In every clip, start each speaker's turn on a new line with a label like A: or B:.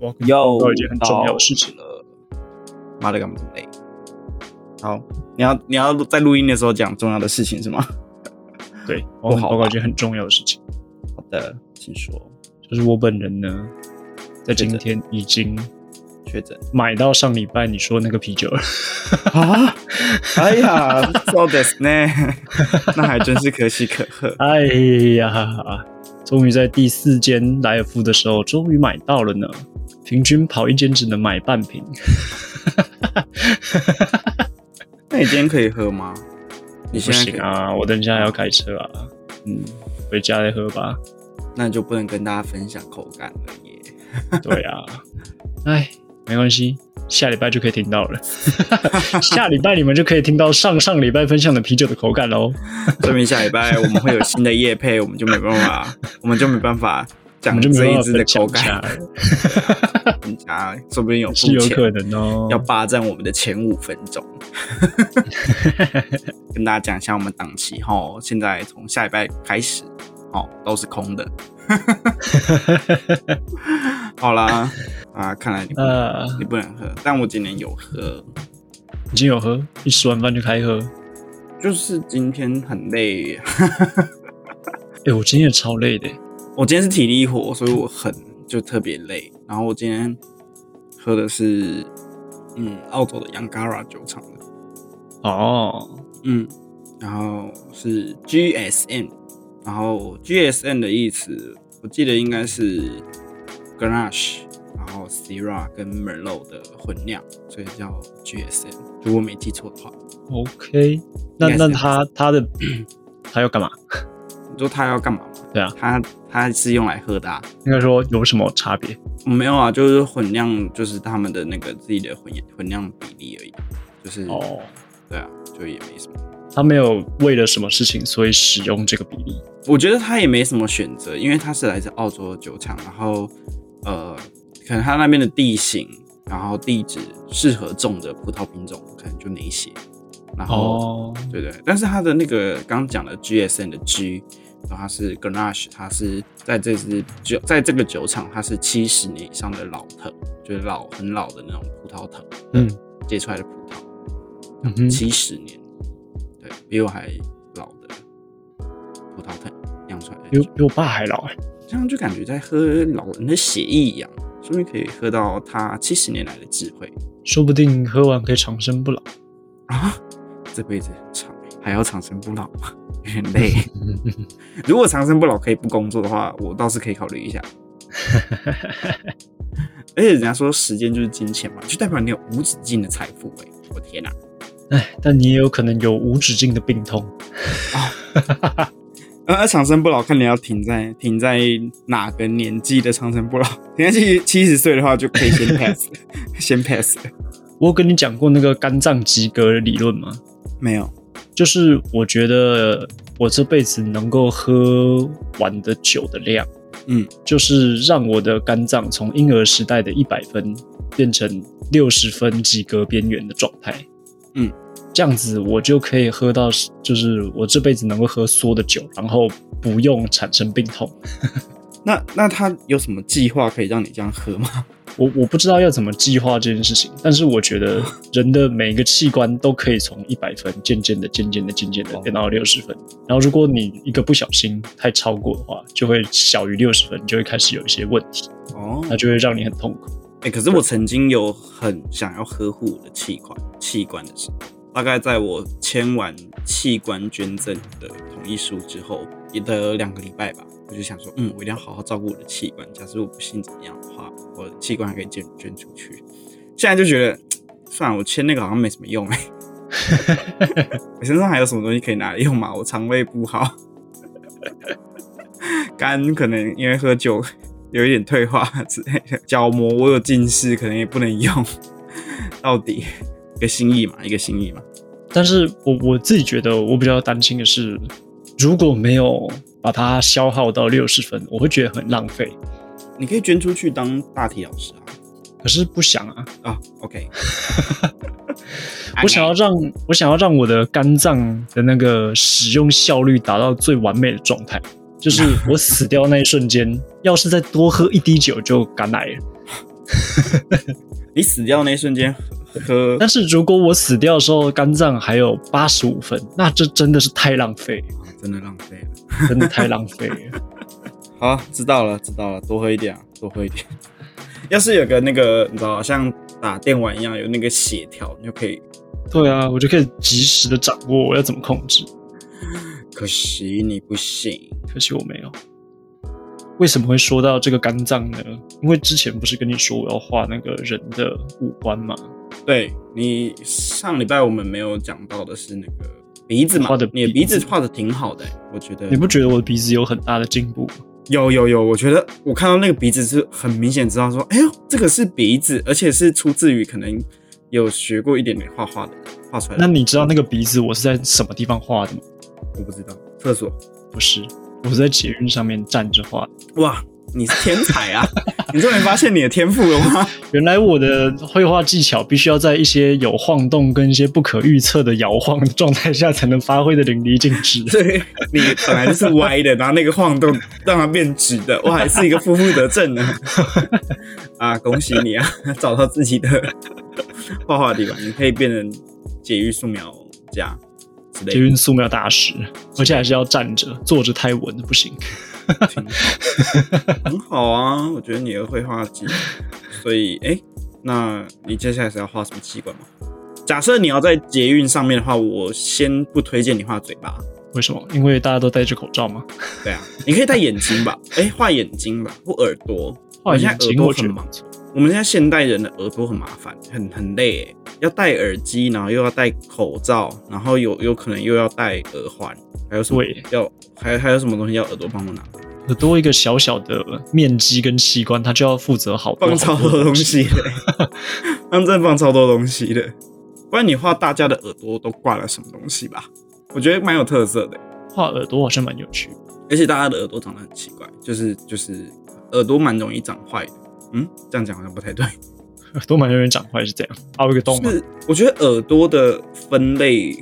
A: 我
B: 又
A: 到一件很重要的事情
B: 了。妈的，干嘛这么累？好，你要你要在录音的时候讲重要的事情 是吗？
A: 对，
B: 不
A: 我要
B: 哦好
A: 报
B: 吧
A: 告一件很重要的事情，
B: 好的，请说。
A: 就是我本人呢，在今
B: 确诊
A: 天已经
B: 确 诊
A: 买到上礼拜你说那个啤酒了。
B: 啊！哎呀，so this 呢？ 那还真是可喜可贺。
A: 哎呀，终于在第四间莱尔夫的时候，终于买到了呢。平均跑一间只能买半瓶，
B: 那你今天可以喝吗？你
A: 不
B: 现在可以？
A: 行啊！我等一下还要开车啊，
B: 嗯，
A: 回家再喝 吧。
B: 那就不能跟大家分享口感了耶。
A: 对啊，哎，没关系，下礼拜就可以听 到了。下礼拜你们就可以听到上上礼拜分享的啤酒的口感喽。
B: 说明下礼拜我们会有新的夜配，我们就没办法，我们就没办法
A: 我
B: 讲
A: 们就
B: 这
A: 没
B: 一
A: 有
B: 支的口
A: 下
B: 感
A: 来，
B: 啊，说不定有付
A: 是有可
B: 钱，
A: 能哦。
B: 要霸占我们的前五分钟。跟大家讲一下，我们档期哈，现在从下礼拜开始，哦，都是空的。好啦，啊，看来你不
A: 呃，
B: 你不能喝，但我今天有喝，
A: 已经有喝，一吃完饭就开喝。
B: 就是今天很累，
A: 哎、我今天也超累的。
B: 我今天是体力活，所以我很就特别累。然后我今天喝的是嗯澳洲的 Yangara 酒厂的，
A: 哦，
B: 嗯，然后是 GSM，然后 GSM 的意思我记得应该是 Grenache，然后 Syrah 跟 Merlot 的混酿，所以叫 GSM。如果没记错的话，
A: OK，那
B: 应该是这
A: 那
B: 样子
A: 他他的 他要干嘛？
B: 你说它要干嘛吗？
A: 对啊，
B: 它它是用来喝的、啊。
A: 应该说有什么差别？
B: 没有啊，就是混酿，就是他们的那个自己的混混酿比例而已，就是、
A: 哦，
B: 对啊，就也没什么。
A: 他没有为了什么事情所以使用这个比例。
B: 我觉得他也没什么选择，因为他是来自澳洲的酒厂，然后呃，可能他那边的地形，然后地址适合种的葡萄品种可能就那一些，然后、
A: 哦，
B: 对对，但是他的那个刚刚讲的 GSN 的 G。然后它是 Grenache，它是在这支酒，在这个酒厂，它是七十年以上的老藤，就是老很老的那种葡萄藤。
A: 嗯
B: 结出来的葡
A: 嗯哼
B: 萄，七十、年，对比我还老的葡萄藤酿出来的
A: 比我
B: 酒，
A: 比我爸还老哎、
B: 这样就感觉在喝老人的血液一样，说明可以喝到他七十年来的智慧
A: 说不定喝完可以长生不老。
B: 啊！ 这辈子很长，还要长生不老吗？有点累。如果长生不老可以不工作的话，我倒是可以考虑一下。而且人家说时间就是金钱嘛，就代表你有无止境的财富哎、我天哪、
A: 哎，但你也有可能有无止境的病痛。
B: 呃，长生不老，看你要停在停在哪个年纪的长生不老。 停在七七十岁的话，就可以先 pass，了先 pass 了。
A: 我有跟你讲过那个肝脏及格的理论吗？
B: 没有，
A: 就是我觉得我这辈子能够喝完的酒的量，
B: 嗯，
A: 就是让我的肝脏从婴儿时代的一百分变成六十分及格边缘的状态，
B: 嗯，
A: 这样子我就可以喝到，就是我这辈子能够喝所有的酒，然后不用产生病痛。
B: 那那他有什么计划可以让你这样喝吗？
A: 我我不知道要怎么计划这件事情，但是我觉得人的每一个器官都可以从一百分渐渐的、渐渐的、渐渐的
B: 哦
A: 变到六十分。然后如果你一个不小心太超过的话，就会小于六十分，就会开始有一些问题，
B: 哦，
A: 那就会让你很痛苦。
B: 哎、可是我曾经有很想要呵护我的器官器官的时候，大概在我签完器官捐赠的同意书之后，也得两个礼拜吧。我就想说，嗯，我一定要好好照顾我的器官。假设我不幸怎么样的话，我的器官还可以捐捐出去。现在就觉得，嘖算了，我签那个好像没什么用哎、 我身上还有什么东西可以拿来用吗？我肠胃不好， 肝可能因为喝酒有一点退化 之类的，角膜我有近视，可能也不能用。 到底一个心意嘛，一个心意嘛。
A: 但是我我自己觉得，我比较担心的是，如果没有把它消耗到六十分，我会觉得很浪费。
B: 你可以捐出去当大体老师啊。
A: 可是不想啊，
B: 啊，OK， 哎
A: 我想要让我想要让我的肝脏的那个使用效率达到最完美的状态， 就是我死掉那一瞬间，要是再多喝一滴酒就肝癌了。
B: 你死掉那一瞬间喝
A: 但是如果我死掉的时候肝脏还有八十五分，那这真的是太浪费，
B: 真的浪费了。
A: 真的太浪费了。
B: 好，知道了，知道了，多喝一点啊，多喝一点。 要是有个那个，你知道，像打电玩一样，有那个血条，你就可以。
A: 对啊，我就可以及时的掌握我要怎么控制。
B: 可惜你不行，
A: 可惜我没有。为什么会说到这个肝脏呢？因为之前不是跟你说我要画那个人的五官嘛，
B: 对你上礼拜我们没有讲到的是那个鼻子嘛，
A: 画的
B: 你的
A: 鼻
B: 鼻
A: 子
B: 子画的挺好的欸、我觉得
A: 你不觉得我的鼻子有很大的进步吗？
B: 有有有，我觉得我看到那个鼻子是很明显知道说，哎呦，这个是鼻子，而且是出自于可能有学过一点点画画的画出来的。
A: 那你知道那个鼻子我是在什么地方画的吗？
B: 我不知道厕所，
A: 不是，我是在捷运上面站着画的。
B: 哇，你是天才啊！ 你终于发现你的天赋了吗？
A: 原来我的绘画技巧必须要在一些有晃动跟一些不可预测的摇晃的状态下才能发挥的淋漓尽 致。
B: 对，你本来就是歪的，然后那个晃动让它变直的，哇，还是一个负负得正呢。啊，恭喜你啊，找到自己的画画地方，你可以变成解郁素描家之
A: 捷
B: 类
A: 运素描大师，而且还是要站着，坐着太稳了不行。
B: 的，挺好很好啊。我觉得你的绘画技，所以哎、诶那你接下来是要画什么器官吗？假设你要在捷运上面的话，我先不推荐你画嘴巴，
A: 为什么？因为大家都戴着口罩嘛。
B: 对啊，你可以戴眼睛吧？哎、画眼睛吧，或耳朵。
A: 画
B: 我现在耳
A: 眼睛
B: 朵
A: 我
B: 很
A: 觉得
B: 忙
A: 不错
B: 我们现在现代人的耳朵很麻烦，很很累欸，要戴耳机，然后又要戴口罩，然后有有可能又要戴耳环，还有什么
A: 对
B: 要还还有什么东西要耳朵帮我拿？
A: 耳朵一个小小的面积跟器官，它就要负责好多
B: 放超
A: 好多
B: 多东西的欸， 他们真的放超多东西的。不然你画大家的耳朵都挂了什么东西吧？我觉得蛮有特色的欸，
A: 画耳朵好像蛮有趣的。
B: 而且大家的耳朵长得很奇怪，就是就是耳朵蛮容易长坏的。嗯，这样讲好像不太对。
A: 耳朵蛮有点长坏是这样，凹一个洞嘛。
B: 是，我觉得耳朵的分类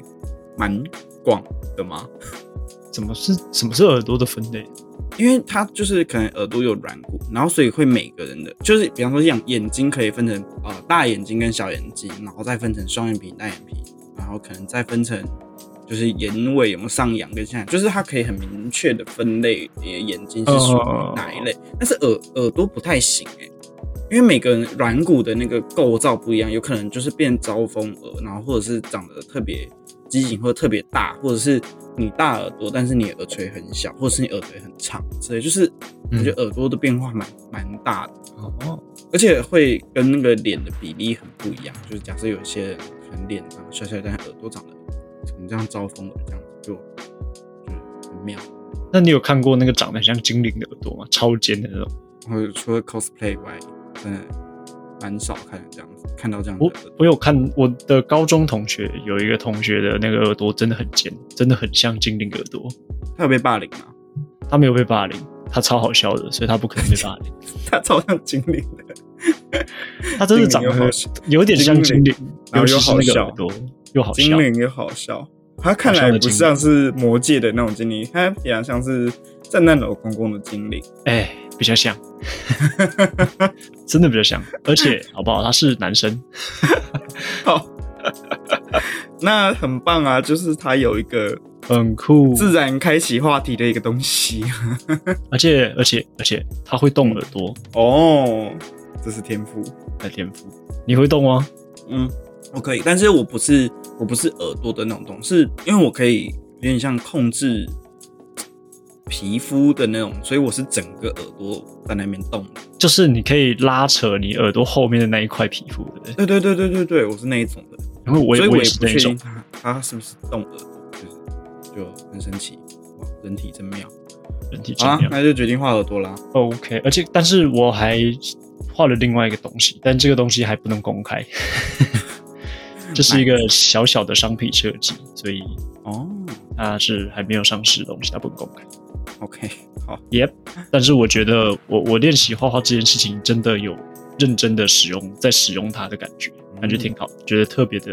B: 蛮广的嘛，
A: 怎么是什么是耳朵的分类？
B: 因为它就是可能耳朵有软骨，然后所以会每个人的，就是比方说像眼睛可以分成呃大眼睛跟小眼睛，然后再分成双眼皮、单眼皮，然后可能再分成就是眼尾有没有上扬跟下扬，就是它可以很明确的分类你的眼睛是属于哪一类，但是耳耳朵不太行哎、因为每个人软骨的那个构造不一样，有可能就是变招风耳，然后或者是长得特别畸形，或者特别大，或者是你大耳朵，但是你的耳垂很小，或者是你耳垂很长之类，就是我觉
A: 嗯
B: 得耳朵的变化蛮蛮大的，
A: 哦，
B: 而且会跟那个脸的比例很不一样。就是假设有些人可能脸长得小小，但是耳朵长得可能这样招风耳这样子，就就很妙。
A: 那你有看过那个长得很像精灵的耳朵吗？超尖的那种。
B: 或者除了 cosplay 以外，真的蛮少看这样子看到这样的
A: 我
B: 耳朵。
A: 我有看我的高中同学有一个同学的那个耳朵真的很尖，真的很像精灵耳朵。
B: 他有被霸凌吗？
A: 他没有被霸凌，他超好笑的，所以他不可能被霸 凌。
B: 他超像精灵的，
A: 他真的长得
B: 精灵又
A: 很
B: 好笑
A: 有点像精灵，
B: 然
A: 尤
B: 后
A: 其
B: 又
A: 是
B: 好
A: 那个
B: 笑
A: 耳朵又好笑
B: 精。灵也好笑。他看来不像是魔界的那种精灵，他比较像是圣诞老公公的精灵。
A: 哎，比较像， 真的比较像。而且好不好？他是男生，
B: 好，那很棒啊，就是他有一个
A: 很酷，
B: 自然开启话题的一个东 西
A: 而且而且而且他会动耳朵
B: 哦，这是天赋。
A: 来天赋。你会动吗？
B: 嗯，我可以，但是我不是我不是耳朵的那种动，是因为我可以有点像控制皮肤的那种，所以我是整个耳朵在那边动的。
A: 就是你可以拉扯你耳朵后面的那一块皮肤，对不对？
B: 对对对对对对，我是那一种的，
A: 因为我
B: 所
A: 也
B: 以我
A: 也
B: 也
A: 是
B: 不
A: 那
B: 确
A: 一种
B: 定，他他是不是动耳朵，就是就很神奇，哇，人体真妙。
A: 人体
B: 好
A: 真
B: 啦，
A: 妙。
B: 那就决定画耳朵啦。
A: OK，而且但是我还画了另外一个东西，但这个东西还不能公开， 这是一个小小的商品设计，所以
B: 哦
A: 它是还没有上市的东西，它不能公开。
B: ，OK，好，
A: Yep，但是我觉得我我练习画画这件事情真的有认真的使用，在使用它的感觉，感觉挺好，觉得特别的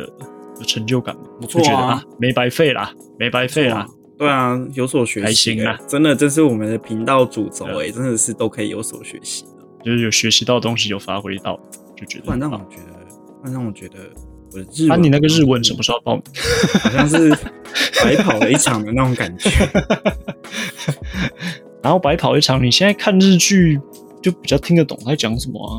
A: 有成就感嘛，
B: 嗯不
A: 就
B: 错
A: 觉得
B: 啊
A: 啊，没白费啦，没白费啦。
B: 对啊，有所学习、
A: 还行啊
B: 欸真的，这是我们的频道主轴
A: 对啊
B: 哎、真的是都可以有所学习的。
A: 就是有学习到的东西，有发挥到，就觉
B: 突
A: 得
B: 然让
A: 很棒。
B: 我觉得，突然让我觉得我的日文，
A: 啊，你那个日文什么时候报名？
B: 好像是白跑了一场的那种感觉。
A: 然后白跑一场，你现在看日剧就比较听得懂他在讲什么啊，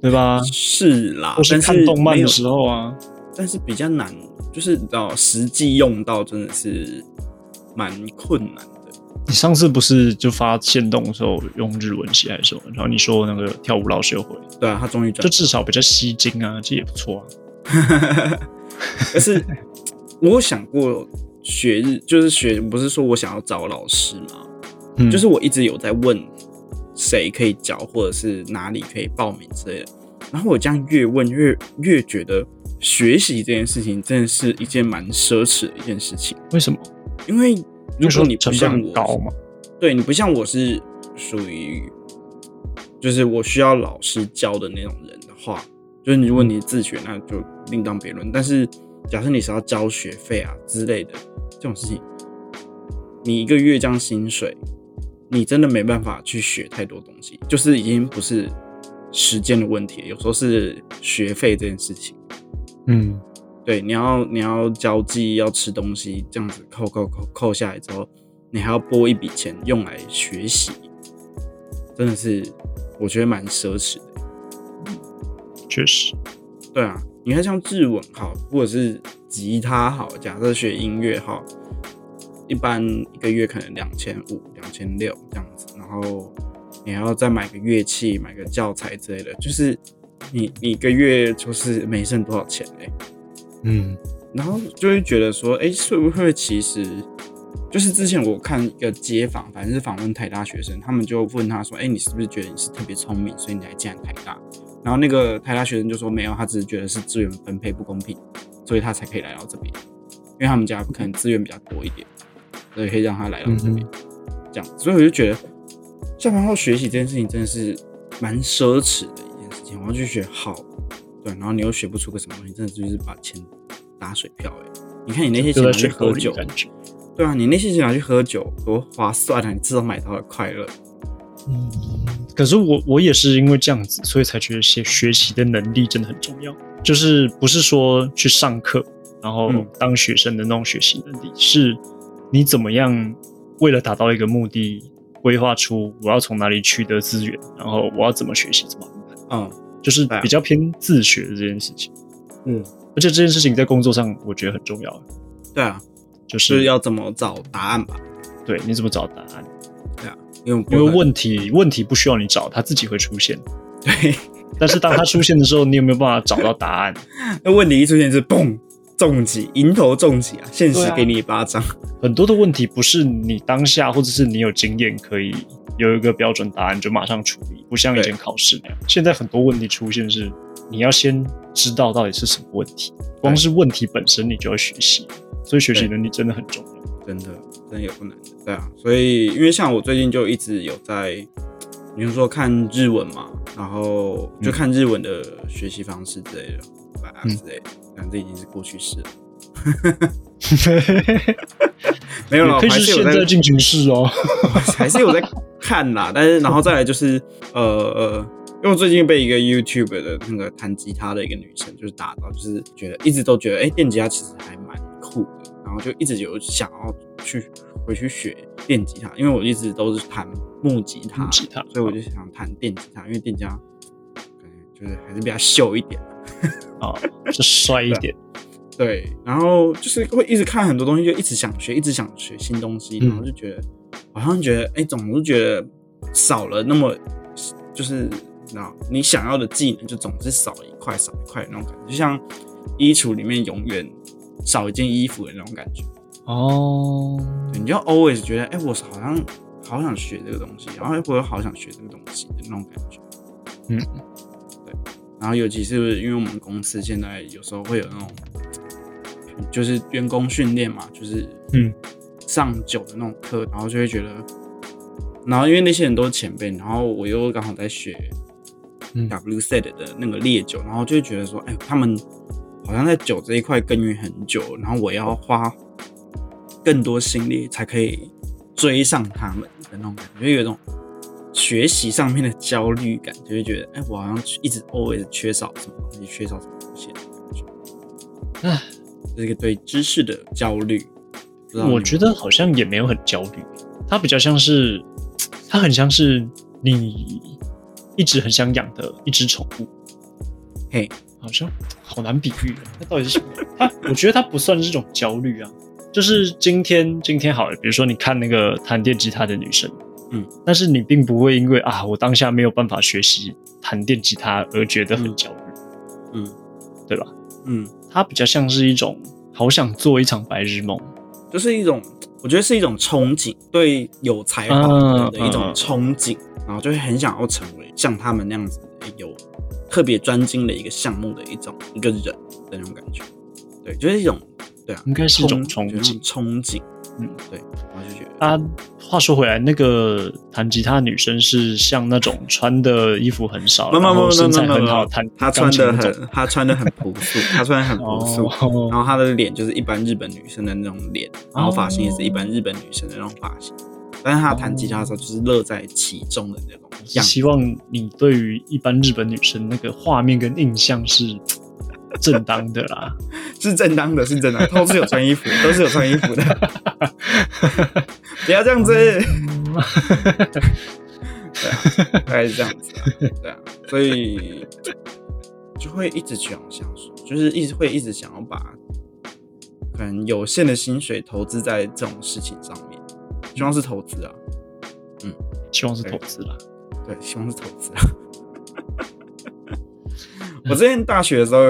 A: 对吧？
B: 呃是啦，
A: 或是
B: 但
A: 看动漫
B: 没有
A: 的时候啊，
B: 但是比较难，就是你知道实际用到真的是蛮困难的。
A: 你上次不是就发现动的时候用日文写还是什么？然后你说那个跳舞老师又回，
B: 对啊，他终于
A: 就
B: 转，
A: 至少比较吸睛啊，这也不错啊。
B: 可 是我有想过学日，就是学，不是说我想要找老师嘛，
A: 嗯，
B: 就是我一直有在问谁可以教，或者是哪里可以报名之类的。然后我这样越问越越觉得学习这件事情真的是一件蛮奢侈的一件事情，
A: 为什么？
B: 因为如
A: 就
B: 果
A: 说
B: 你不
A: 成本
B: 像我
A: 很高嘛，
B: 对你不像我是属于，就是我需要老师教的那种人的话，就是你如果你自学，那就另当别论。但是假设你是要交学费啊之类的这种事情，你一个月这样薪水，你真的没办法去学太多东西，就是已经不是时间的问题了，有时候是学费这件事情。
A: 嗯，
B: 对，你要你要交际，要吃东西，这样子扣扣扣扣下来之后，你还要拨一笔钱用来学习，真的是我觉得蛮奢侈的。
A: 确实，
B: 对啊，你看像日文好，或者是吉他好，假设学音乐好，一般一个月可能两千五、两千六这样子，然后你还要再买个乐器、买个教材之类的，就是你你一个月就是没剩多少钱哎、
A: 嗯，
B: 然后就会觉得说，哎，会不会其实就是之前我看一个街访，反正是访问台大学生，他们就问他说，哎，你是不是觉得你是特别聪明，所以你来进来台大？然后那个台大学生就说没有，他只是觉得是资源分配不公平，所以他才可以来到这边，因为他们家可能资源比较多一点，所以可以让他来
A: 嗯
B: 到这边。这样，所以我就觉得下班后学习这件事情真的是蛮奢侈的一件事情。我要去学好，对，然后你又学不出个什么东西，真的就是把钱打水漂哎、你看你那些钱
A: 就
B: 拿
A: 在
B: 去
A: 水
B: 喝
A: 沟里
B: 酒
A: 的，感觉，
B: 对啊，你那些钱拿去喝酒多划算啊！你至少买到了快乐。
A: 嗯。可是我我也是因为这样子，所以才觉得学学习的能力真的很重要。就是不是说去上课，然后
B: 嗯
A: 当学生的那种学习能力，是你怎么样为了达到一个目的，规划出我要从哪里取得资源，然后我要怎么学习，怎么安排，
B: 嗯
A: 就是
B: 对啊
A: 比较偏自学的这件事情。
B: 嗯，
A: 而且这件事情在工作上我觉得很重要，
B: 对啊，
A: 就
B: 就是是要怎么找答案吧？
A: 对你怎么找答案，
B: 因为我不
A: 因为
B: 会
A: 问题问题不需要你找，它自己会出现。
B: 对，
A: 但是当它出现的时候，你有没有办法找到答案？
B: 那问题一出现就是嘣重击，迎头重击啊！现实
A: 对啊
B: 给你一巴掌。
A: 很多的问题不是你当下或者是你有经验可以有一个标准答案就马上处理，不像以前考试那样。现在很多问题出现是你要先知道到底是什么问题，光是问题本身你就要学习，所以学习
B: 对
A: 能力真的很重要。
B: 真的，真的有不难的，对啊。所以，因为像我最近就一直有在，你就说看日文嘛，然后就看日文的学习方式之类的，吧、
A: 嗯
B: 之类的，但这已经是过去式了。 没有啦，
A: 也可以
B: 我还
A: 是
B: 是
A: 现
B: 有
A: 在进行式哦。
B: 还是有在看啦，但是然后再来就是呃呃，因为我最近被一个 YouTube 的那个弹吉他的一个女生就是打到，就是觉得一直都觉得哎、电吉他其实还蛮酷的，然后就一直有想要去回去学电吉他，因为我一直都是弹木吉他，
A: 木吉他
B: 所以我就想弹电吉他，因为电吉他感觉就是还是比较秀一点。
A: 啊，就帅一点，
B: 对，然后就是会一直看很多东西，就一直想学，一直想学新东西，
A: 嗯
B: 然后就觉得、好像觉得，哎，总是觉得少了那么，就是那你想要的技能就总是少了一块，少一块那种感觉，就像衣橱里面永远少一件衣服的那种感觉。
A: 哦，
B: 对，你就 always 觉得，哎，我好像好想学这个东西，然后我又好想学这个东西的那种感觉。
A: 嗯，
B: 对。然后尤其是因为我们公司现在有时候会有那种，就是员工训练嘛，就是
A: 嗯
B: 上九的那种课，然后就会觉得，然后因为那些人都是前辈，然后我又刚好在学
A: 嗯
B: W set 的那个烈酒，然后就会觉得说，哎，他们好像在酒这一块耕耘很久，然后我要花更多心力才可以追上他们的那种感觉，就有一种学习上面的焦虑感，就会觉得，哎、我好像一直 always 缺少什么东西，缺少什么东西的感觉。
A: 唉，
B: 这是一个对知识的焦虑。不知道你
A: 我
B: 们
A: 觉得好像也没有很焦虑，它比较像是，它很像是你一直很想养的一只宠物，
B: 嘿，
A: 好像好难比喻，它到底是什么？ 它我觉得它不算是一种焦虑啊，就是今天今天好了，比如说你看那个弹电吉他的女生，
B: 嗯，
A: 但是你并不会因为啊我当下没有办法学习弹电吉他而觉得很
B: 嗯
A: 焦虑，
B: 嗯
A: 对吧？
B: 嗯，
A: 它比较像是一种好想做一场白日梦，
B: 就是一种，我觉得是一种憧憬，对有才华的人的一种
A: 嗯嗯
B: 憧憬，然后就会很想要成为像他们那样子有特别专精的一个项目的一种一个人的那种感觉。对，就是一种，对啊，
A: 应该是一种
B: 憧就
A: 憧
B: 是那
A: 憬。
B: 种憧憬。
A: 嗯，
B: 对，然后就觉得
A: 啊，话说回来，那个弹吉他的女生是像那种穿的衣服很少，
B: 没有
A: 哦然
B: 没有
A: 后身材
B: 没有没有
A: 很
B: 没有
A: 好，弹
B: 她
A: 钢
B: 穿
A: 琴
B: 的
A: 那种
B: 很，她穿的很朴素，她穿的很朴素。
A: 哦
B: 然后她的脸就是一般日本女生的那种脸，然后发型也是一般日本女生的那种发型。但是她弹吉他的时候，就是乐在其中的那种
A: 是
B: 样子。
A: 希望你对于一般日本女生那个画面跟印象是正当的啦。
B: 是正当的，是正当的，都是有穿衣服，都是有穿衣服的，不要这样子，大概是这样子啊，对啊，所以就会一直想想说，就是一直会一直想要把可能有限的薪水投资在这种事情上面，希望是投资啊，
A: 希望是投资啦。
B: 对，希望是投资啊。 我之前大学的时候，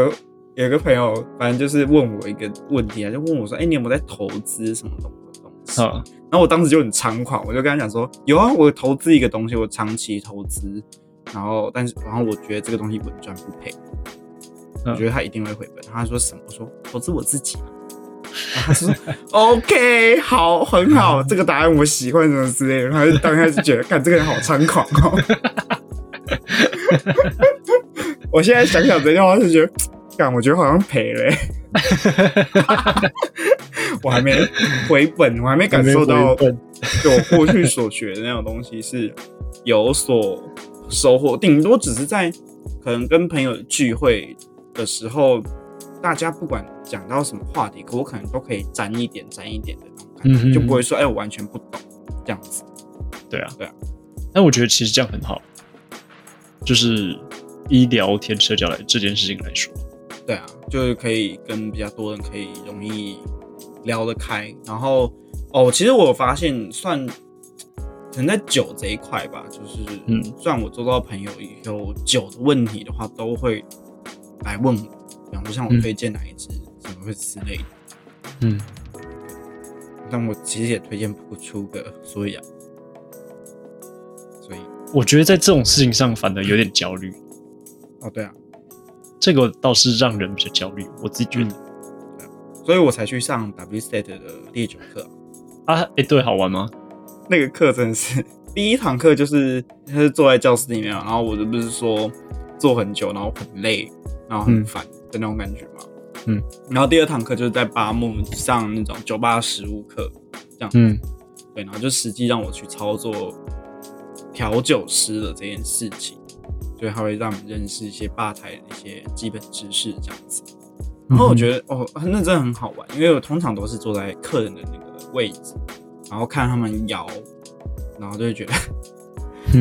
B: 有一个朋友，反正就是问我一个问题啊，就问我说：“哎、你有没有在投资什么东东西？”
A: 啊，
B: 然后我当时就很猖狂，我就跟他讲说：“有啊，我有投资一个东西，我长期投资，然后但是然后我觉得这个东西稳赚不赔，我
A: 嗯
B: 觉得它一定会回本。”他说什么？我说投资我自己。然后他说：“OK，好，很好，这个答案我喜欢，什么之类的。”他就当下就觉得，看这个人好猖狂哦。 我现在想想这句话，就觉得，干，我觉得好像赔了欸、 我还没回本，我还没感受到
A: 还没回本
B: 就我过去所学的那种东西是有所收获，顶多只是在可能跟朋友聚会的时候，大家不管讲到什么话题，可我可能都可以沾一点沾一点的那种感觉，
A: 嗯哼
B: 就不会说哎、我完全不懂这样子。
A: 对啊，
B: 对啊。
A: 但我觉得其实这样很好，就是医聊天社交来这件事情来说，
B: 对啊，就是可以跟比较多人可以容易聊得开。然后哦，其实我有发现算可能在酒这一块吧，就是
A: 嗯
B: 虽然我周遭的朋友有酒的问题的话，都会来问我，比方说像我
A: 嗯
B: 推荐哪一支什么会之类的，
A: 嗯，
B: 但我其实也推荐不出个所以啊，所以
A: 我觉得在这种事情上反而有点焦虑，
B: 哦对啊，
A: 这个倒是让人比较焦虑，我自己觉得。
B: 所以我才去上 WSET 的第九课啊、
A: 啊，哎、对，好玩吗？
B: 那个课真的是第一堂课就是他是坐在教室里面嘛，然后我就不是说坐很久，然后很累，然后很烦的那种感觉嘛。
A: 嗯。
B: 然后第二堂课就是在八木上那种酒吧实务课，
A: 嗯
B: 对，然后就实际让我去操作调酒师的这件事情，所以他会让你认识一些吧台的一些基本知识这样子。
A: 嗯
B: 然后我觉得、哦，那真的很好玩，因为我通常都是坐在客人的那个位置，然后看他们摇，然后就会觉得很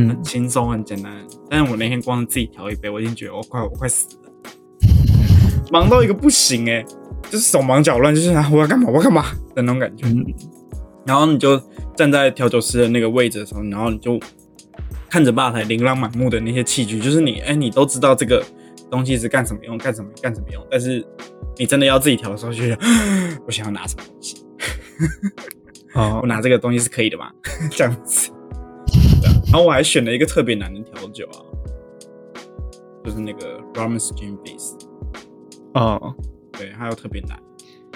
A: 嗯，
B: 轻松、很简单。但是我那天光是自己调一杯，我已经觉得我快我快死了，忙到一个不行哎、就是手忙脚乱，就是、啊、我要干嘛我要干嘛的那种感觉。
A: 嗯
B: 然后你就站在调酒师的那个位置的时候，然后你就看着吧台琳琅满目的那些器具，就是你哎，你都知道这个东西是干什么用、干什么干什么用，但是你真的要自己调的时候，就觉得啊我想要拿什么东西，
A: 哦
B: 我，拿这个东西是可以的嘛， 这样子。对啊然后我还选了一个特别难的调酒啊，就是那个 Ramen Gin Base，
A: 哦，
B: 对，它又特别难。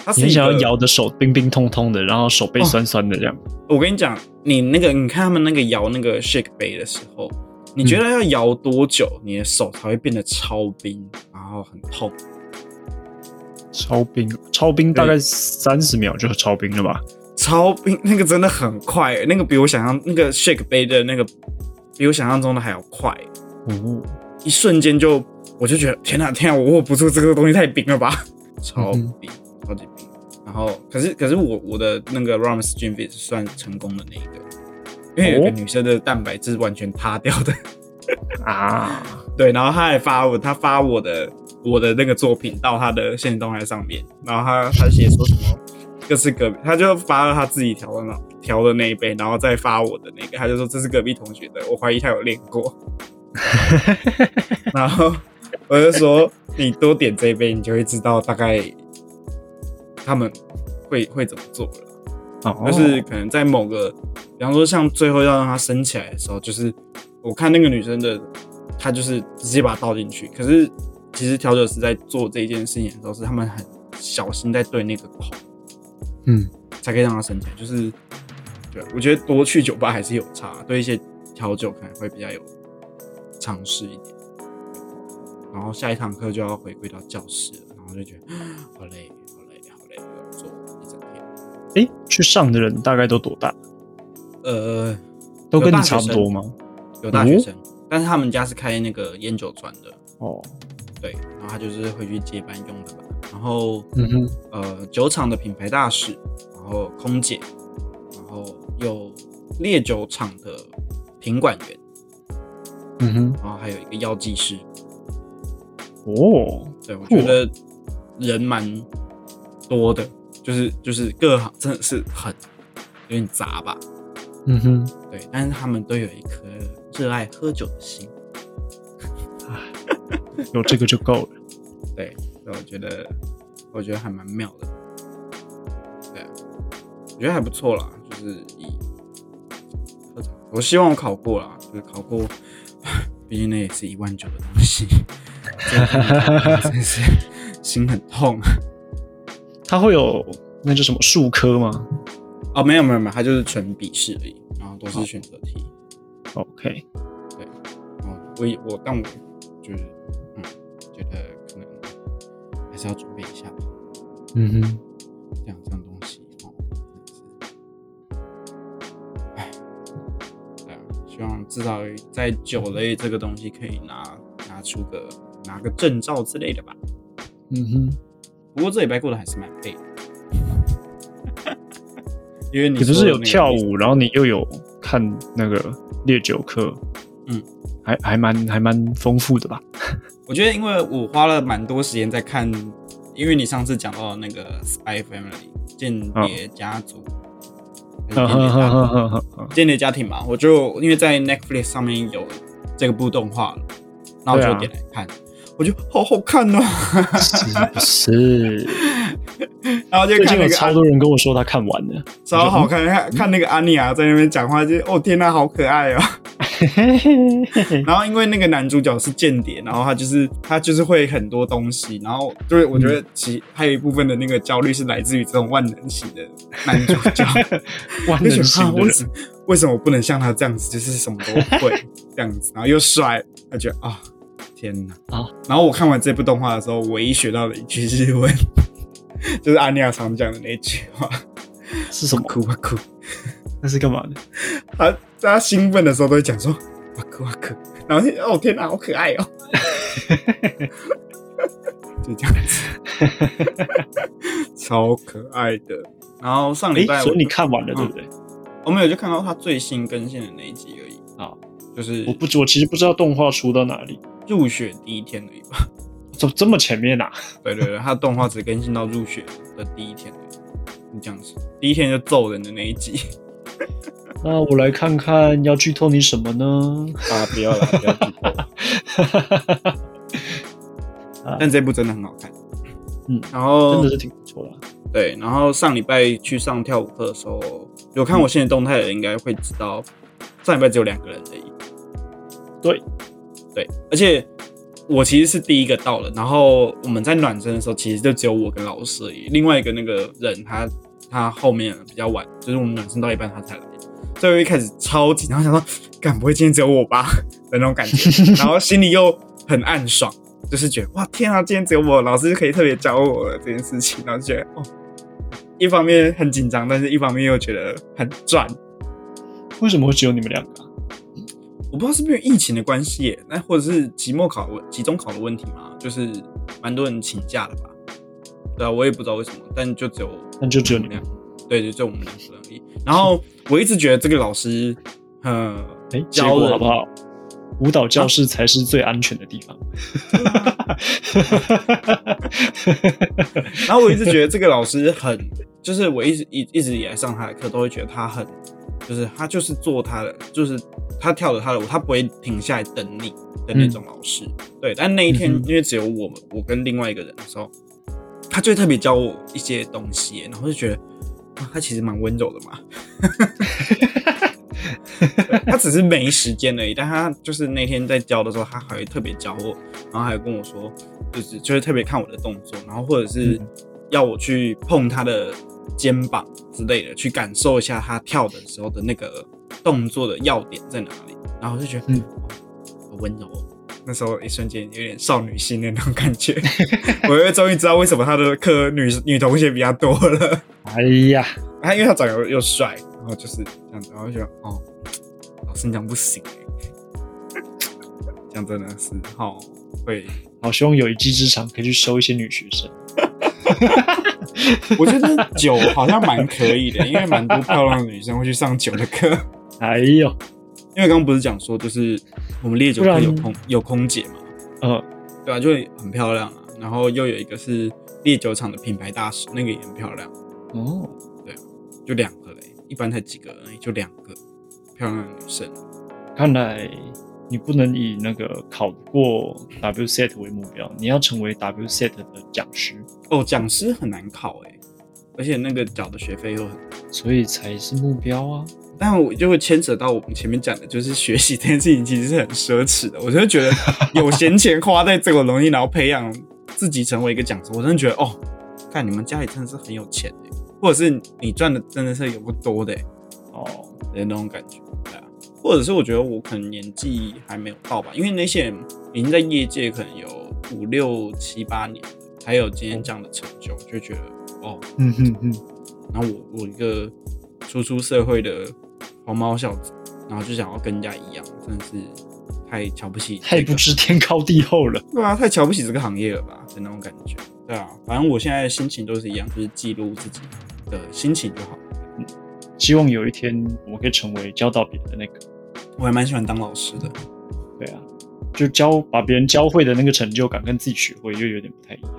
B: 它是
A: 你
B: 一
A: 想要
B: 个哦
A: 摇的手冰冰痛痛的，然后手背酸酸的这样。
B: 我跟你讲，你那个你看他们那个摇那个 shake 杯的时候，你觉得
A: 嗯
B: 要摇多久，你的手才会变得超冰，然后很痛？
A: 超冰，超冰大概三十秒就超冰了吧？
B: 欸超冰那个真的很快、那个比我想象那个 shake 杯的那个比我想象中的还要快，欸
A: 哦，
B: 一瞬间就我就觉得天哪、啊天哪、我握不住这个东西太冰了吧，超
A: 嗯
B: 冰，超级冰。然后可是可是我我的那个 Rams Gym Fit 是算成功的那一个，因为有一个
A: 哦
B: 女生的蛋白质完全塌掉的，
A: 啊，
B: 对，然后他还发我，他发我的我的那个作品到他的现实动态上面，然后他他写说什么这是隔壁，他就发了他自己调的那调的那一杯，然后再发我的那个，他就说这是隔壁同学的，我怀疑他有练过，然后我就说你多点这一杯，你就会知道大概他们会会怎么做了。
A: 哦，
B: 就是可能在某个，比方说像最后要让它升起来的时候，就是我看那个女生的，她就是直接把它倒进去。可是其实调酒师在做这件事情的时候，是他们很小心在对那个孔，
A: 嗯，
B: 才可以让它升起来。就是对，啊我觉得多去酒吧还是有差，啊对一些调酒可能会比较有尝试一点。然后下一堂课就要回归到教室了，然后就觉得啊好累，好累，好累，又要做一整天。
A: 哎，去上的人大概都多大？
B: 呃，
A: 都跟
B: 有
A: 你
B: 大学
A: 差不多
B: 生
A: 吗？
B: 有大学生，但是他们家是开那个烟酒专的，
A: 哦，
B: 对，然后他就是回去接班用的吧。然后，
A: 嗯哼，
B: 呃，酒厂的品牌大使，然后空姐，然后有烈酒厂的品管员，
A: 嗯哼，
B: 然后还有一个药剂师。
A: 哦，
B: 对，我
A: 酷
B: 觉得人蛮多的，就是就是各行真的是很有点杂吧。
A: 嗯哼，
B: 对，但是他们都有一颗热爱喝酒的心。
A: 有这个就够了。
B: 对，所以我觉得我觉得还蛮妙的。对啊，我觉得还不错啦，就是以我希望我考过啦，就是考过，毕竟那也是一万九的东西，真的是心很痛。
A: 它会有那叫什么数科吗
B: 哦，没有没有没有，它就是纯笔试而已，然后都是选择题。
A: ？OK，
B: 哦，我也我但我就是嗯，觉得可能还是要准备一下吧，
A: 嗯哼，
B: 这样这样东西哦，真的是，哎，对啊，希望至少在酒类这个东西可以拿拿出个拿个证照之类的吧。
A: 嗯哼。
B: 不过这礼拜过得还是蛮累的， 因为你
A: 可是
B: 说
A: 是
B: 的
A: 有
B: 那个
A: 跳舞，然后你又有看那个烈酒课，
B: 嗯，
A: 还还蛮还蛮丰富的吧？
B: 我觉得，因为我花了蛮多时间在看，因为你上次讲到那个《Spy Family》间
A: 嗯
B: 谍家族，还是
A: 哈
B: 间谍
A: 哈
B: 家庭
A: 哈哈哈哈！
B: 间谍家庭嘛，我就因为在 Netflix 上面有这个部动画了，然后我
A: 对
B: 就
A: 啊
B: 点来看，我就好好看哦，
A: 嗯是不是？
B: 然后就
A: 最
B: 看
A: 近
B: 那个
A: 有超多人跟我说他看完 了，
B: 超好看，看看那个安妮亚在那边讲话，就哦天呐、好可爱哦。 然后因为那个男主角是间谍，然后他就是他就是会很多东西，然后就是我觉得其还有一部分的那个焦虑是来自于这种万能型的男主角，
A: 万
B: 就觉
A: 能
B: 得啊
A: 型的
B: 为
A: 人
B: 什为什么我不能像他这样子，就是什么都 会这样子，然后又帅，他觉得啊、天哪
A: 啊！
B: 然后我看完这部动画的时候，唯一学到的一句日文 就是安妮亚常讲的那句话
A: 是什么
B: “哭啊哭”。
A: 那是干嘛的？
B: 他大家兴奋的时候都会讲说“哇酷哇酷”，然后就哦天哪，好可爱 哦，就这样子， 超可爱的。然后上礼
A: 诶，
B: 拜我就、
A: 所以你看完了
B: 嗯
A: 对不对？
B: 我没有就看到他最新更新的那一集而已
A: 好，
B: 就是
A: 我不知，我其实不知道动画出到哪里，
B: 入学第一天而已吧。
A: 怎么这么前面啊？
B: 对对对，他动画只更新到入学的第一天而已，你这样子，第一天就揍人的那一集
A: 那我来看看要剧透你什么呢？
B: 啊，不要了，不要剧透了。 但这部真的很好看，
A: 嗯
B: 然后
A: 真的是挺不错的。
B: 对，然后上礼拜去上跳舞课的时候，有看我现在动态的人应该会知道，上礼拜只有两个人而已。
A: 对，
B: 对，而且我其实是第一个到了，然后我们在暖身的时候，其实就只有我跟老师而已，另外一个那个人他他后面比较晚，就是我们暖身到一半他才来，所以我一开始超紧张，想说，敢不会今天只有我吧 的那种感觉，然后心里又很暗爽。就是觉得哇天啊，今天只有我老师可以特别教我了这件事情，然后就觉得哦，一方面很紧张，但是一方面又觉得很赚。
A: 为什么会只有你们两个啊？
B: 我不知道是不是因为疫情的关系耶，那或者是期末考、期中考的问题嘛，就是蛮多人请假了吧？对啊，我也不知道为什么，但就只有
A: 但就只有你
B: 我们两，对，就只有我们两个人而已。然后我一直觉得这个老师，呃，
A: 哎，结
B: 教
A: 果
B: 了
A: 好不好？舞蹈教室才是最安全的地 方。
B: 然后我一直觉得这个老师很，就是我一直一一直以来上他的课，都会觉得他很，就是他就是做他的，就是他跳了他的舞，他不会停下来等你的那种老师。对，但那一天、
A: 嗯哼
B: 因为只有我们，我跟另外一个人的时候，他就会特别教我一些东西，然后就觉得。哇他其实蛮温柔的嘛， 对他只是没时间而已。但他就是那天在教的时候，他还会特别教我，然后还有跟我说，就是就是特别看我的动作，然后或者是
A: 嗯
B: 要我去碰他的肩膀之类的，去感受一下他跳的时候的那个动作的要点在哪里。然后我就觉得，
A: 嗯
B: 嗯，好温柔哦。那时候一瞬间有点少女心的那种感觉， 我又终于知道为什么他的课女女同学比较多了。
A: 哎呀，
B: 他因为他长得又又帅，然后就是这样子，然后就觉得哦，老师你这样不行欸讲真的是哦，会，
A: 好希望有一技之长可以去收一些女学生。
B: 我觉得酒好像蛮可以的，因为蛮多漂亮的女生会去上酒的课。
A: 哎呦，
B: 因为刚刚不是讲说，就是我们烈酒
A: 不
B: 课
A: 然
B: 有空有空姐嘛，
A: 呃，
B: 对啊，就会很漂亮啊。然后又有一个是烈酒厂的品牌大使，那个也很漂亮，
A: 哦，
B: 就两个嘞，一般才几个而已，就两个漂亮的女生。
A: 看来你不能以那个考过 WSET 为目标，你要成为 WSET 的讲师，
B: 哦，讲师很难考哎、而且那个缴的学费又很，
A: 所以才是目标啊。
B: 但我就会牵扯到我们前面讲的，就是学习这件事情其实是很奢侈的。我真的觉得有闲钱花在这个东西，然后培养自己成为一个讲师，我真的觉得哦，看你们家里真的是很有钱哎、或者是你赚的真的是有不多的、欸、
A: 哦，
B: 的那种感觉，对啊。或者是我觉得我可能年纪还没有到吧，因为那些人已经在业界可能有五六七八年了，才有今天这样的成就，就觉得哦，
A: 嗯哼哼，
B: 然后我我一个初出社会的黄毛小子，然后就想要跟人家一样，真的是太瞧不起、
A: 太不知天高地厚了。
B: 对啊，太瞧不起这个行业了吧的那种感觉。对啊，反正我现在的心情都是一样，就是记录自己的心情就好。
A: 希望有一天我可以成为教导别人的那个。
B: 我还蛮喜欢当老师的，
A: 对啊，就教把别人教会的那个成就感跟自己学会又有点不太一样。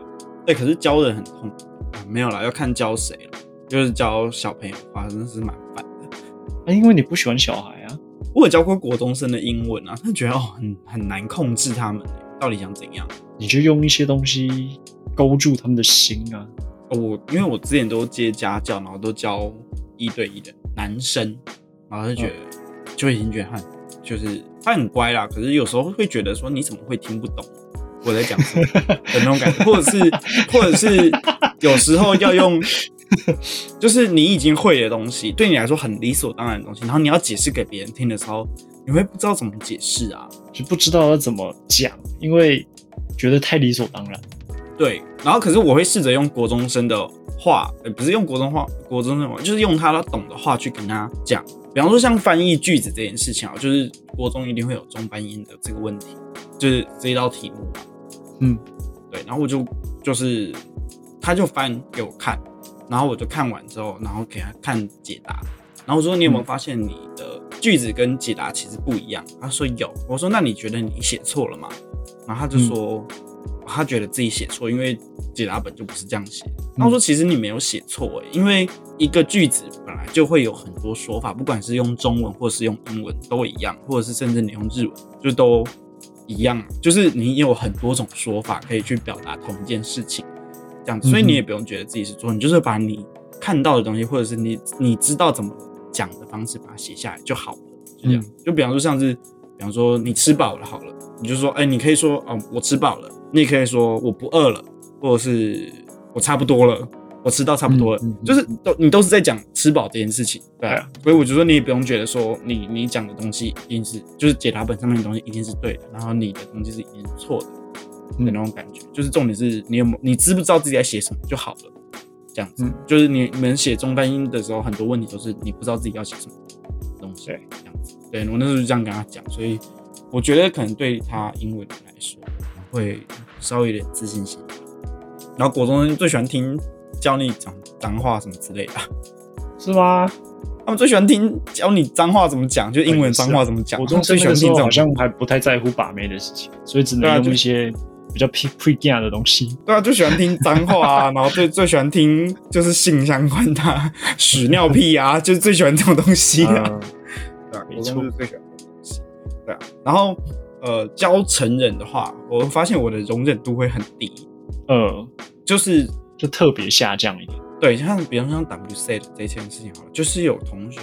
B: 对，可是教人很痛啊，没有啦，要看教谁了。就是教小朋友的话，真的是蛮烦的。
A: 那、啊因为你不喜欢小孩啊，
B: 我有教过国中生的英文啊，他觉得哦很很难控制他们，到底想怎样？
A: 你就用一些东西勾住他们的心啊。
B: 哦我因为我之前都接家教，然后都教一对一的男生，然后就觉得、就已经觉得他很就是他很乖啦，可是有时候会觉得说你怎么会听不懂我在讲什么的那种感觉，或者是或者是有时候要用。就是你已经会的东西，对你来说很理所当然的东西，然后你要解释给别人听的时候，你会不知道怎么解释啊。
A: 就不知道要怎么讲，因为觉得太理所当然。
B: 对，然后可是我会试着用国中生的话，呃，不是用国中话，国中生的话，就是用他懂的话去跟他讲。比方说像翻译句子这件事情啊，就是国中一定会有中班音的这个问题，就是这一道题目嘛。
A: 嗯，
B: 对，然后我就就是他就翻给我看，然后我就看完之后，然后给他看解答，然后我说你有没有发现你的句子跟解答其实不一样？他说有，我说那你觉得你写错了吗？然后他就说、他觉得自己写错，因为解答本就不是这样写。然后我说其实你没有写错、欸，因为一个句子本来就会有很多说法，不管是用中文或是用英文都一样，或者是甚至你用日文就都一样，就是你有很多种说法可以去表达同一件事情，这样子，所以
A: 嗯
B: 你
A: 哼
B: 也不用觉得自己是错，你就是把你看到的东西，或者是你你知道怎么讲的方式，把它写下来就好了，就这样。
A: 嗯
B: 就比方说像是，比方说你吃饱了好了，你就说，哎、你可以说，哦，我吃饱了，你也可以说我不饿了，或者是我差不多了。我吃到差不多了，
A: 嗯嗯嗯
B: 就是都你都是在讲吃饱这件事情，对
A: 对
B: 啊
A: 啊，
B: 所以我就说你也不用觉得说你你讲的东西一定是就是解答本上面的东西一定是对的，然后你的东西是一定是错的，
A: 嗯
B: 的那种感觉。就是重点是你有没有你知不知道自己在写什么就好了，这样子。
A: 嗯
B: 就是你你们写中翻英的时候，很多问题都是你不知道自己要写什么，东西，
A: 对，
B: 这样子。对我那时候就这样跟他讲，所以我觉得可能对他英文来说会稍微有点自信心吧。然后国中生最喜欢听教你讲脏话什么之类的，
A: 是吗？
B: 他们最喜欢听教你脏话怎么讲，就是英文脏话怎么讲。
A: 我
B: 他们最
A: 中生
B: 喜
A: 那
B: 欢
A: 个时
B: 听这
A: 候好
B: 种
A: 像还不太在乎把妹的事情，所以只
B: 对啊
A: 能
B: 就
A: 用一些比较 pre pre g a 的东西。
B: 对啊，就喜欢听脏话啊，然后最最喜欢听就是性相关的、啊、屎尿屁啊，就是最喜欢这种东西啊。
A: 嗯
B: 对啊，
A: 没
B: 国
A: 错
B: 中是最喜欢这种东西。对啊，然后呃，教成人的话，我发现我的容忍度会很低，
A: 呃，
B: 就是
A: 就特别下降一点。
B: 对，像比方像 WC 的这件事情好了，就是有同学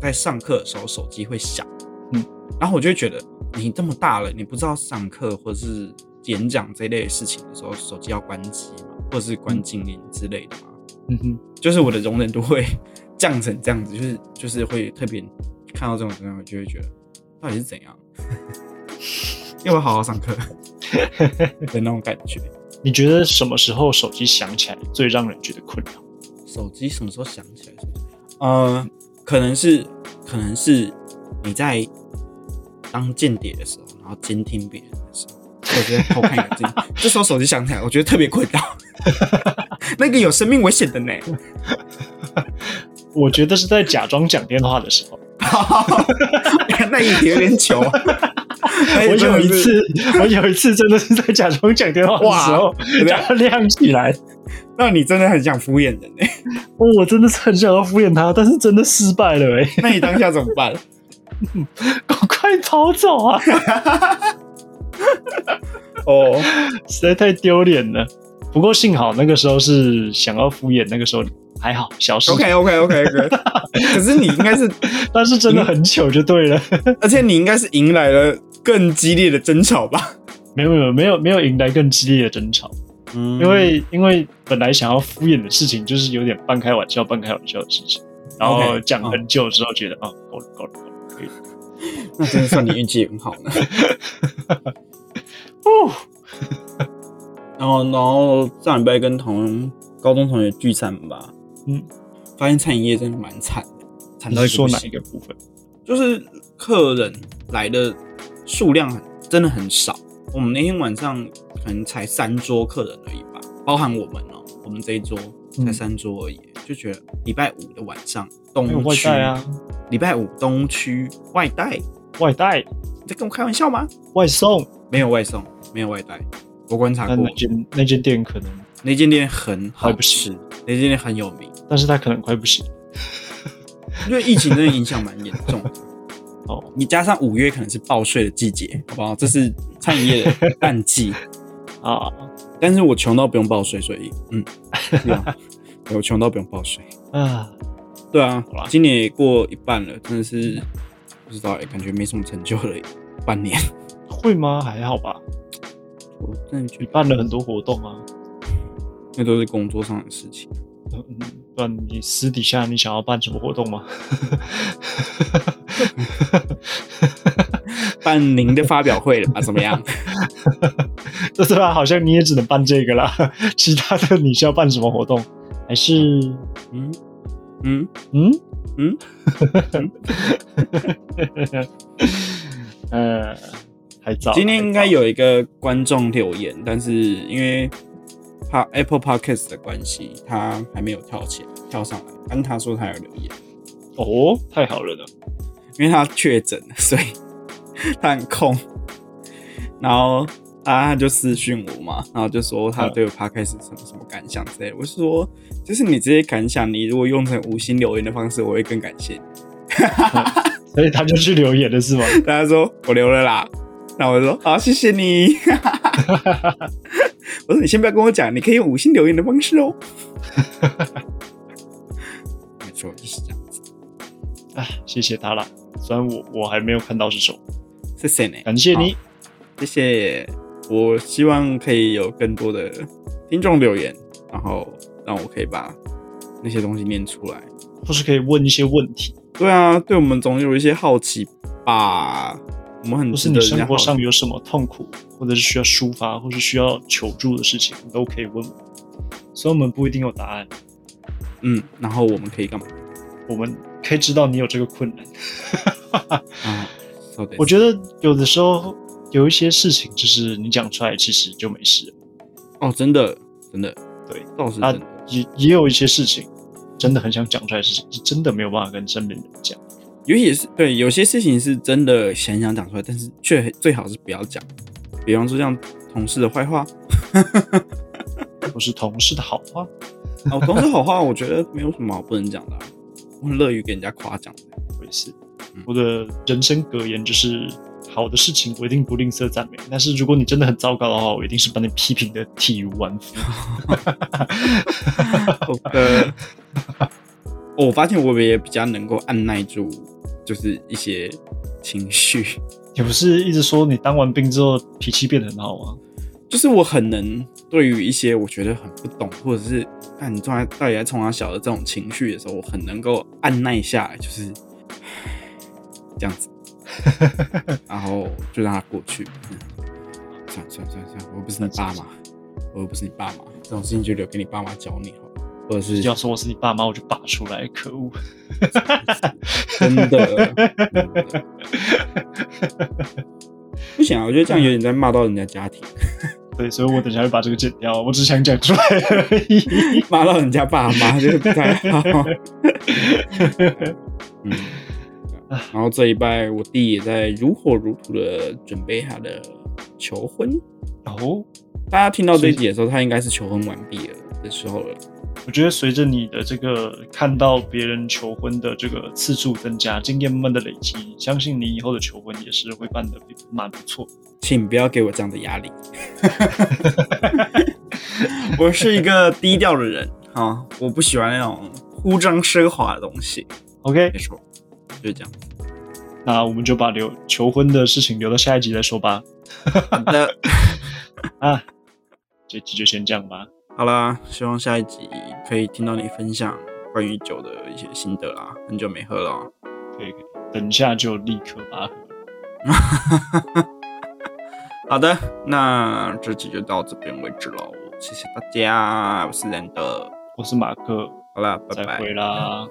B: 在上课的时候手机会响，
A: 嗯，
B: 然后我就会觉得你这么大了，你不知道上课或是演讲这类的事情的时候，手机要关机嘛，或者是关静音之类的嘛，
A: 嗯哼，
B: 就是我的容忍度会 降成这样子，就是就是会特别看到这种东西，我就会觉得到底是怎样， 要不要好好上课的那种感觉。
A: 你觉得什么时候手机响起来最让人觉得困扰？
B: 手机什么时候响起来？呃，可能是可能是你在当间谍的时候，然后监听别人的时候，或者在偷看眼睛，这时候手机响起来，我觉得特别困扰。 那个有生命危险的呢。
A: 我觉得是在假装讲电话的时候。
B: 那一有点糗。
A: 我
B: 我
A: 有一次， 我有一次真的是在假装讲电话的时 候，把它亮起来。
B: 那你真的很想敷衍人欸 呢、
A: 哦，我真的是很想要敷衍他，但是真的失败了哎、
B: 那你当下怎么办？
A: 赶快跑走啊！
B: 哦，
A: 实在太丢脸了。不过幸好那个时候是想要敷衍，那个时候还好，小事。
B: OK OK OK OK，可是你应该是，
A: 但是真的很糗就 对了，
B: 而且你应该是迎来了更激烈的争吵吧？
A: 没有没有没有没有迎来更激烈的争吵，
B: 嗯
A: 因为因为本来想要敷衍的事情，就是有点半开玩笑半开玩笑的事情，然后
B: OK，
A: 讲
B: 嗯
A: 很久之后觉得啊够了够了够了，可以了。
B: 那真的算你运气很好呢。
A: 哦，
B: 然后，然后上礼拜跟同高中同学聚餐吧，
A: 嗯，
B: 发现餐饮业真的蛮惨的，惨
A: 你
B: 到一
A: 是
B: 个
A: 说
B: 不
A: 哪
B: 行
A: 一个部分？
B: 就是客人来的数量很真的很少。我们那天晚上可能才三桌客人而已吧，包含我们哦、我们这一桌才
A: 嗯
B: 三桌而已，就觉得礼拜五的晚上
A: 没有
B: 东
A: 外
B: 区
A: 带啊，，
B: 礼拜五东区外带，你
A: 外带、
B: 在跟我开玩笑吗？
A: 外送，
B: 没有外送，没有外带，我观察
A: 那
B: 过
A: 那，间那间店可能，
B: 那间店很好
A: 快不
B: 吃
A: 行，
B: 那间店很有名。
A: 但是他可能快不行
B: 因为疫情真的影响蛮严重的
A: 哦。
B: 你加上五月可能是报税的季节，好不好？这是餐饮业的淡季，
A: 啊。
B: 但是我穷到不用报税，所以嗯，对啊，对我穷到不用报税。
A: 啊，
B: 对啊
A: 好啦，
B: 今年也过一半了，真的是不知道哎、感觉没什么成就了耶，半年。
A: 会吗？还好吧。
B: 我真的觉
A: 你
B: 得
A: 办了很多活动啊，
B: 那都是工作上的事情。
A: 嗯不然你私底下你想要办什么活动吗？
B: 办您的发表会了吧？怎么样？
A: 这对吧？好像你也只能办这个啦，其他的你是要办什么活动？还是
B: 嗯嗯，
A: 嗯
B: 嗯
A: 呃，还早。
B: 今天应该
A: 还早
B: 有一个观众留言，但是因为他 Apple Podcast 的关系，他还没有跳起来跳上来。但他说他有留言，
A: 哦，太好了呢。
B: 因为他确诊了，所以他很空。然后啊，他就私讯我嘛，然后就说他对我 Podcast 什么什么感想之类的。我是说，就是你这些感想，你如果用成无心留言的方式，我会更感谢你。
A: 所以他就去留言了， 是吗？
B: 大家说我留了啦，那我就说好，谢谢你。 我说你先不要跟我讲，你可以用五星留言的方式哦。没错，就是这样子。
A: 哎，谢谢他啦。虽然我我还没有看到是什么，
B: 谢谢你，
A: 感谢你。
B: 谢谢。我希望可以有更多的听众留言，然后让我可以把那些东西念出来。
A: 或是可以问一些问题，
B: 对啊，对我们总有一些好奇吧。我们很
A: 或
B: 值
A: 是
B: 得
A: 你
B: 人
A: 生
B: 家好
A: 活上
B: 奇。
A: 有什么痛苦，或者是需要抒发，或是需要求助的事情，你都可以问我们。所以我们不一定有答案，
B: 嗯，然后我们可以干嘛？
A: 我们可以知道你有这个困难。
B: 啊，そうです
A: 我觉得有的时候有一些事情，就是你讲出来其实就没事了。
B: 哦，真的真的，
A: 对，
B: 倒是
A: 啊
B: 真的。
A: 也也有一些事情真的很想讲出来，是是真的没有办法跟身边人讲。
B: 有也是对，有些事情是真的很想讲出来，但是却最好是不要讲。比方说像同事的坏话，
A: 或是同事的好话，
B: 哦，同事好话，我觉得没有什么好不能讲的啊、我很乐于给人家夸奖的。
A: 我也是
B: 嗯。
A: 我的人生格言就是：好的事情我一定不吝啬赞美，但是如果你真的很糟糕的话，我一定是把你批评的体无完肤。
B: 好 的。哦我发现我也比较能够按耐住，就是一些情绪，
A: 也不是一直说你当完兵之后脾气变得很好吗？
B: 就是我很能对于一些我觉得很不懂，或者是看你突然到底在冲他小的这种情绪的时候，我很能够按耐下来，就是唉这样子，然后就让他过去。嗯算了算了算了算了，我又不是你爸妈，我又不是你爸妈，这种事情就留给你爸妈教你好了，或者是
A: 要说我是你爸妈，我就拔出来，可恶！
B: 真的，真的不行啊！我觉得这样有点在骂到人家家庭，
A: 对，所以我等一下会把这个剪掉，我只是想讲出来而已。
B: 骂到人家爸妈就是不太 好。嗯，然后这一拜我弟也在如火如荼的准备他的求婚。
A: 哦，
B: 大家听到这一集的时候，他应该是求婚完毕了的时候了。
A: 我觉得随着你的这个看到别人求婚的这个次数增加，经验慢慢的累积，相信你以后的求婚也是会办得蛮不错。
B: 请不要给我这样的压力。 我是一个低调的人啊、我不喜欢那种铺张奢华的东西。
A: OK，
B: 没错，就是这样。
A: 那我们就把留求婚的事情留到下一集再说吧。
B: 好的，
A: 啊，这集就先这样吧。
B: 好啦，希望下一集可以听到你分享关于酒的一些心得啦。很久没喝了哦，
A: 可以，可以等一下就立刻拔河。
B: 好的，那这集就到这边为止喽，谢谢大家，我是兰德。
A: 我是马克，
B: 好啦，拜
A: 再
B: 拜。
A: 会啦。